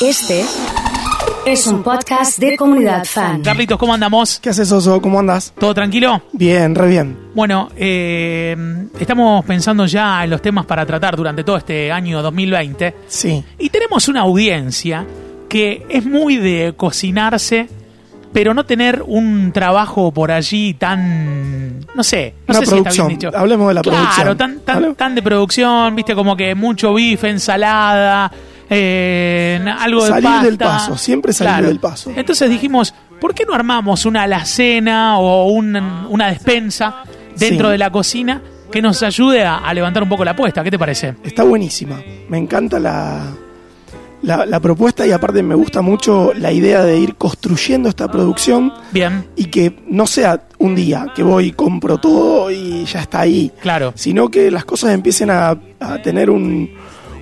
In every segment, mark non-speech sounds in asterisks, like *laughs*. Este es un podcast de comunidad fan. Carlitos, ¿cómo andamos? ¿Qué haces, Oso? ¿Cómo andas? ¿Todo tranquilo? Bien, re bien. Bueno, eh, estamos pensando ya en los temas para tratar durante todo este año 2020 Sí. y tenemos una audiencia que es muy de cocinarse, pero no tener un trabajo por allí tan, no sé, no Una sé producción. si está bien dicho. Hablemos de la claro, producción. tan, tan, Hablemos. tan de producción, viste, como que mucho bife, ensalada, eh, algo de Salir pasta. del paso, siempre salir del paso. Entonces dijimos, ¿por qué no armamos una alacena o un- una despensa dentro Sí. de la cocina que nos ayude a, a levantar un poco la apuesta? ¿Qué te parece? Está buenísima. Me encanta la, la, la propuesta y aparte me gusta mucho la idea de ir construyendo esta producción Bien, y que no sea un día que voy, compro todo y ya está ahí. claro. Sino que las cosas empiecen a, a tener un,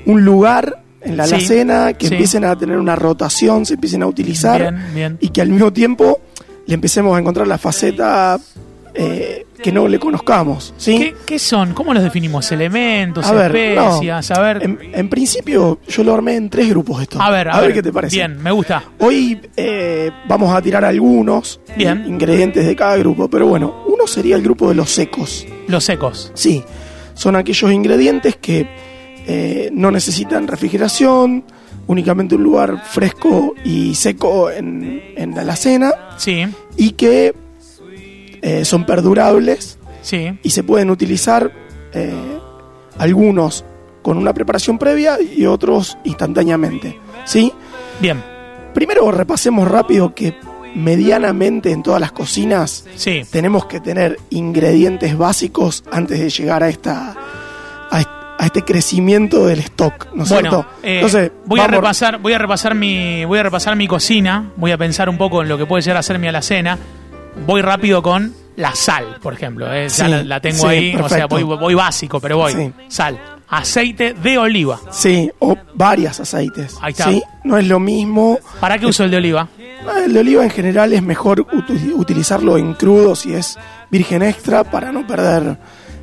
un lugar en la Sí, alacena, que sí. empiecen a tener una rotación, se empiecen a utilizar. Bien, bien. y que al mismo tiempo le empecemos a encontrar la faceta eh, que no le conozcamos. ¿sí? ¿Qué, qué son? ¿Cómo los definimos? ¿Elementos? A ver, no. Em, ¿Especias? A ver. En, en principio yo lo armé en tres grupos esto. a ver, a, qué te parece. Bien, me gusta. Hoy eh, vamos a tirar algunos Bien. in- ingredientes de cada grupo, pero bueno, uno sería el grupo de los secos. Los secos. Sí, son aquellos ingredientes que eh, no necesitan refrigeración, únicamente un lugar fresco y seco en, en la alacena. Sí, y que eh, son perdurables sí. y se pueden utilizar eh, algunos con una preparación previa y otros instantáneamente. ¿sí? Bien, Primero repasemos rápido que medianamente en todas las cocinas sí. tenemos que tener ingredientes básicos antes de llegar a esta a, est- a este crecimiento del stock, ¿no es Bueno, cierto? eh, Entonces, voy a vamos- repasar, voy a repasar mi, voy a repasar mi cocina, voy a pensar un poco en lo que puede llegar a ser mi alacena. Voy rápido con la sal, por ejemplo. eh, ya Sí, la, la tengo sí, ahí, o sea, perfecto. voy, voy básico, pero voy. Sí. Sal, aceite de oliva. Sí, o varias aceites. Ahí está. ¿sí? No es lo mismo ¿Para qué uso el de oliva? Ah, El de oliva en general es mejor uti- utilizarlo en crudo si es virgen extra para no perder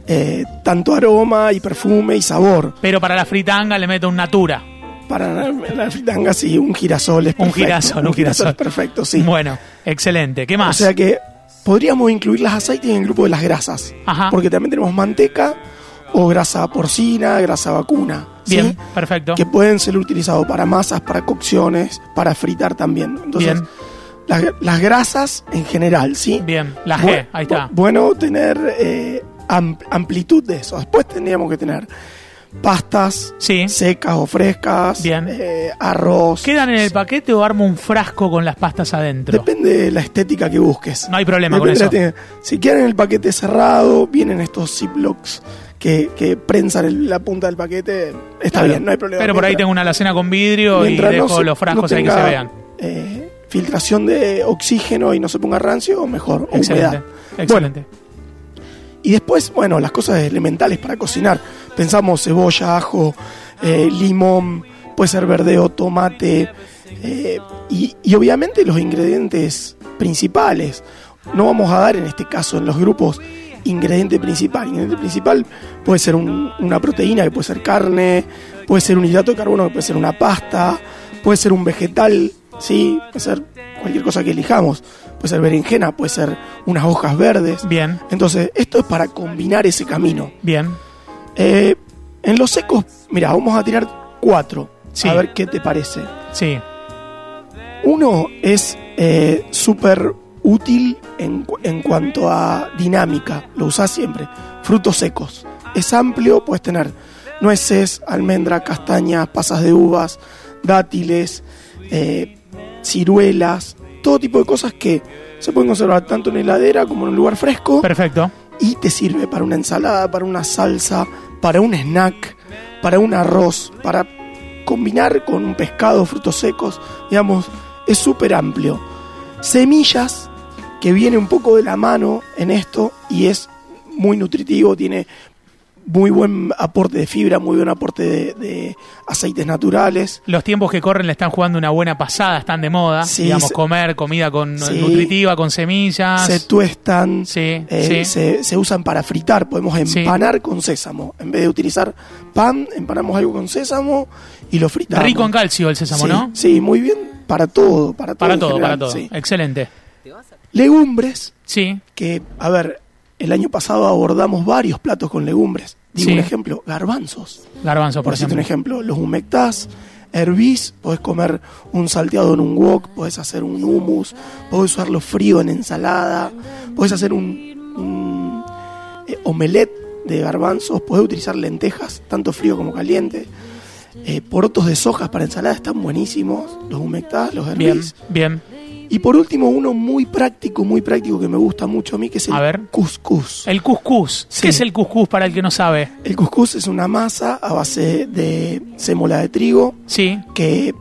eh, tanto aroma y perfume y sabor. Pero para la fritanga le meto un natura. Para la- la fritanga sí, un girasol es Un perfecto. girasol, un girasol. es perfecto, sí. Bueno, excelente. ¿Qué O más? sea que podríamos incluir las aceites en el grupo de las grasas. Ajá. Porque también tenemos manteca o grasa porcina, grasa vacuna. ¿sí? Bien, perfecto. que pueden ser utilizados para masas, para cocciones, para fritar también. Entonces, Bien. Las, las grasas en general, ¿sí? Bien, la G, Bu- ahí está. bu- Bueno tener eh, am- amplitud de eso. Después tendríamos que tener pastas Sí. secas o frescas, Bien. eh, arroz. ¿Quedan en el paquete o armo un frasco con las pastas adentro? Depende de la estética que busques. No hay problema con Depende de la eso. estética. Si quieren el paquete cerrado, vienen estos ziplocs que, que prensan el- la punta del paquete. Está Claro. bien, no hay problema. Pero por ahí Mientras- tengo una alacena con vidrio y Mientras no dejo se- los no frascos ahí que tenga, se vean. eh, filtración de oxígeno y no se ponga rancio, mejor, o Excelente. humedad. Excelente. Bueno, y después, bueno, las cosas elementales para cocinar. Pensamos cebolla, ajo, eh, limón, puede ser verdeo, tomate, eh, y, y obviamente los ingredientes principales. No vamos a dar en este caso, en los grupos, ingrediente principal. Ingrediente principal puede ser un- una proteína, que puede ser carne, puede ser un hidrato de carbono, que puede ser una pasta, puede ser un vegetal, ¿sí? Puede ser cualquier cosa que elijamos. Puede ser berenjena, puede ser unas hojas verdes. Bien, Entonces, esto es para combinar ese camino. bien. Eh, en los secos, mira, vamos a tirar cuatro. Sí. A ver qué te parece. Sí, Uno es eh, súper útil en, cu- en cuanto a dinámica, lo usás siempre. Frutos secos. Es amplio, puedes tener nueces, almendra, castañas, pasas de uvas, dátiles, eh, ciruelas, todo tipo de cosas que se pueden conservar tanto en heladera como en un lugar fresco perfecto. y te sirve para una ensalada, para una salsa, para un snack, para un arroz, para combinar con un pescado, frutos secos, digamos, es súper amplio. Semillas, que viene un poco de la mano en esto y es muy nutritivo, tiene muy buen aporte de fibra, muy buen aporte de, de aceites naturales. Los tiempos que corren le están jugando una buena pasada, están de moda. Sí, digamos, se- comer comida con Sí. nutritiva, con semillas. Se tuestan, Sí, eh, sí. Se, se usan para fritar, podemos Sí. empanar con sésamo. En vez de utilizar pan, empanamos algo con sésamo y lo fritamos. Rico en calcio el sésamo, sí, ¿no? Sí, muy bien para todo, para todo. Para en todo, general, para todo. sí. Excelente. Legumbres, Sí, que, a ver, el año pasado abordamos varios platos con legumbres. Digo Sí. un ejemplo, garbanzos. garbanzo, por Por decirte un ejemplo. ejemplo, los humectás, hervís, podés comer un salteado en un wok, podés hacer un hummus, podés usarlo frío en ensalada, podés hacer un, un, eh, omelette de garbanzos, podés utilizar lentejas, tanto frío como caliente. Eh, porotos de sojas para ensalada están buenísimos, los humectás, los Bien, hervís. bien. Y por último, uno muy práctico, muy práctico que me gusta mucho a mí, que es el A ver. couscous. El cuscús. Sí. ¿Qué es el cuscús para el que no sabe? El couscous es una masa a base de sémola de trigo, Sí, que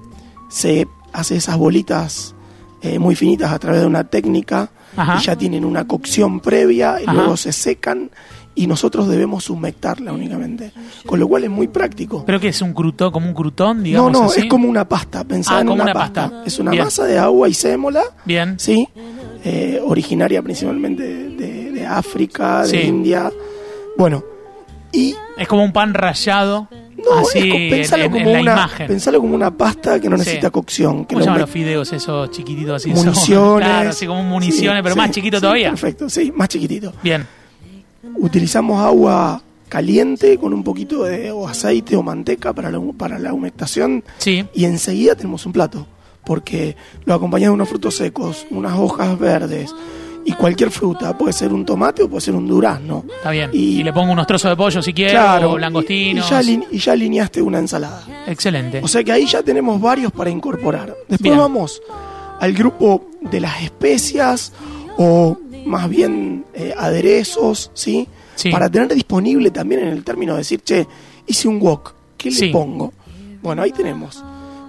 se hace esas bolitas eh, muy finitas a través de una técnica Ajá. y ya tienen una cocción previa y Ajá. luego se secan y nosotros debemos humectarla únicamente, con lo cual es muy práctico. pero que es un crutón, como un crutón, No, digamos no, así. es como una pasta, pensá Ah, en como una una, pasta. pasta. Es una Bien. masa de agua y sémola, Bien, ¿sí? Eh, originaria principalmente de, de- de África, de Sí. India. Bueno, y es como un pan rayado. no, así es co- en- pensalo, en, en como la una, imagen. pensalo como una pasta que no Sí. necesita cocción. Que ¿Cómo se la llaman hume- los fideos esos chiquititos así? Esos- *laughs* municiones. Claro, así como municiones, Sí, pero sí, más chiquito sí, todavía. Perfecto, sí, más chiquitito. Bien, Utilizamos agua caliente con un poquito de o aceite o manteca para la, hu- para la humectación sí, y enseguida tenemos un plato, porque lo acompañamos de unos frutos secos, unas hojas verdes y cualquier fruta, puede ser un tomate o puede ser un durazno. está bien. Y, Y- le pongo unos trozos de pollo si quiero, o langostinos. y, y ya aline- y ya alineaste una ensalada. Excelente. O sea que ahí ya tenemos varios para incorporar. Después Bien. vamos al grupo de las especias o más bien eh, aderezos, ¿sí? Sí. Para tener disponible también en el término decir, che, hice un wok, ¿qué le Sí. pongo? Bueno, ahí tenemos.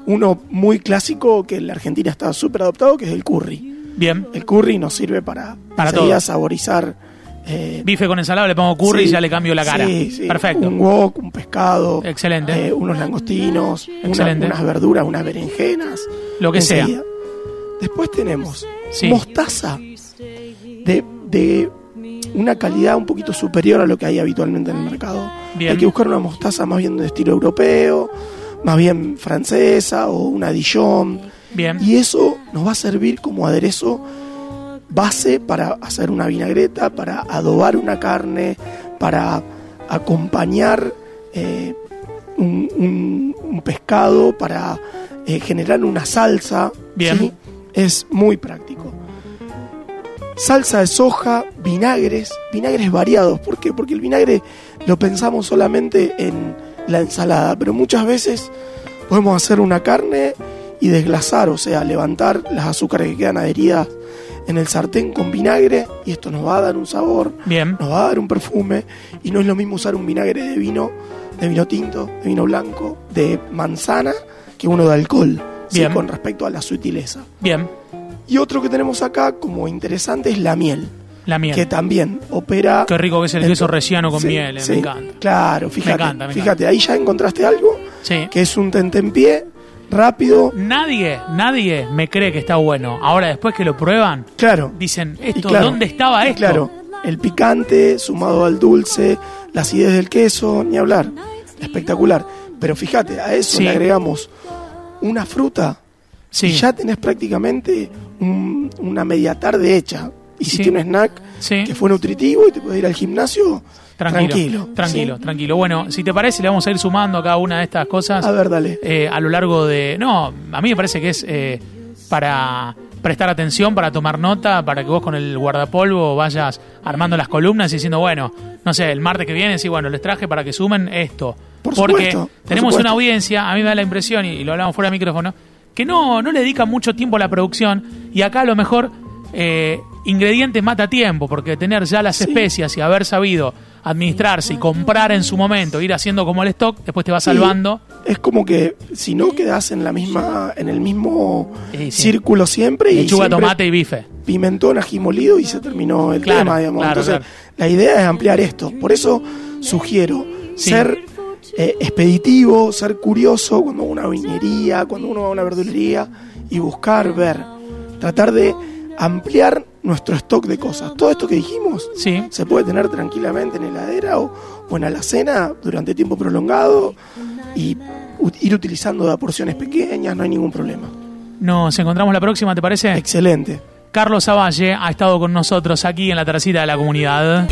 Uno muy clásico que en la Argentina está súper adoptado, que es el curry. bien. El curry nos sirve para, Para enseguida todo. saborizar. eh, Bife con ensalada, le pongo curry y Sí. ya le cambio la cara. Sí, sí. Perfecto. Un wok, un pescado. Excelente. eh, unos langostinos. una- Excelente. unas verduras, unas berenjenas. Lo que sea. Después tenemos Sí. mostaza de, de una calidad un poquito superior a lo que hay habitualmente en el mercado. Bien. Hay que buscar una mostaza más bien de estilo europeo, más bien francesa o una Dijon. Bien. Y eso nos va a servir como aderezo base para hacer una vinagreta, para adobar una carne, para acompañar eh, un, un- un pescado, para eh, generar una salsa. Bien. ¿sí? Es muy práctico. Salsa de soja, vinagres, vinagres variados. ¿Por qué? Porque el vinagre lo pensamos solamente en la ensalada, pero muchas veces podemos hacer una carne y desglasar, o sea, levantar las azúcares que quedan adheridas en el sartén con vinagre y esto nos va a dar un sabor, Bien. nos va a dar un perfume y no es lo mismo usar un vinagre de vino, de vino tinto, de vino blanco, de manzana que uno de alcohol, ¿sí? Bien. con respecto a la sutileza. Bien. Y otro que tenemos acá como interesante es la miel, La miel. que también opera... Qué rico que es el queso rellano con Sí, miel, eh, sí. me encanta. Claro, fíjate, encanta, me fíjate, ahí ya encontraste algo Sí. que es un tentempié rápido, Nadie, nadie me cree que está bueno. Ahora, después que lo prueban, claro. dicen, Y esto, claro, ¿dónde estaba y esto? Claro, el picante sumado al dulce, la acidez del queso, ni hablar. Espectacular. Pero fíjate, a eso Sí. le agregamos una fruta Sí. y ya tenés prácticamente un- una media tarde hecha. Hiciste Sí. un snack Sí. que fue nutritivo y te puede ir al gimnasio Tranquilo, tranquilo. tranquilo, tranquilo, Bueno, si te parece, le vamos a ir sumando a cada una de estas ¿sí? cosas A ver, dale. eh, a lo largo de... No, a mí me parece que es eh, para prestar atención, para tomar nota, para que vos con el guardapolvo vayas armando las columnas y diciendo, bueno, no sé, el martes que viene, sí, bueno, les traje para que sumen esto. Por Porque supuesto, por tenemos supuesto. una audiencia, a mí me da la impresión, y, y lo hablamos fuera de micrófono, que no, no le dedica mucho tiempo a la producción y acá a lo mejor eh, ingredientes mata tiempo, porque tener ya las especias y haber sabido administrarse y comprar en su momento, ir haciendo como el stock, después te va salvando. Es como que si no quedas en la misma, en el mismo Sí, sí. círculo siempre y Lechuga, siempre- tomate y bife. pimentón, ají molido y se terminó el Claro, tema, digamos. claro, Entonces, claro. la idea es ampliar esto. Por eso sugiero. Sí. Ser eh, expeditivo, ser curioso cuando uno va a una viñería, cuando uno va a una verdulería y buscar, ver. Tratar de ampliar nuestro stock de cosas. Todo esto que dijimos Sí. se puede tener tranquilamente en heladera o, o en alacena durante tiempo prolongado y ut- ir utilizando de a porciones pequeñas, no hay ningún problema. Nos encontramos la próxima, ¿te parece? Excelente. Carlos Avalle ha estado con nosotros aquí en la tercita de la comunidad.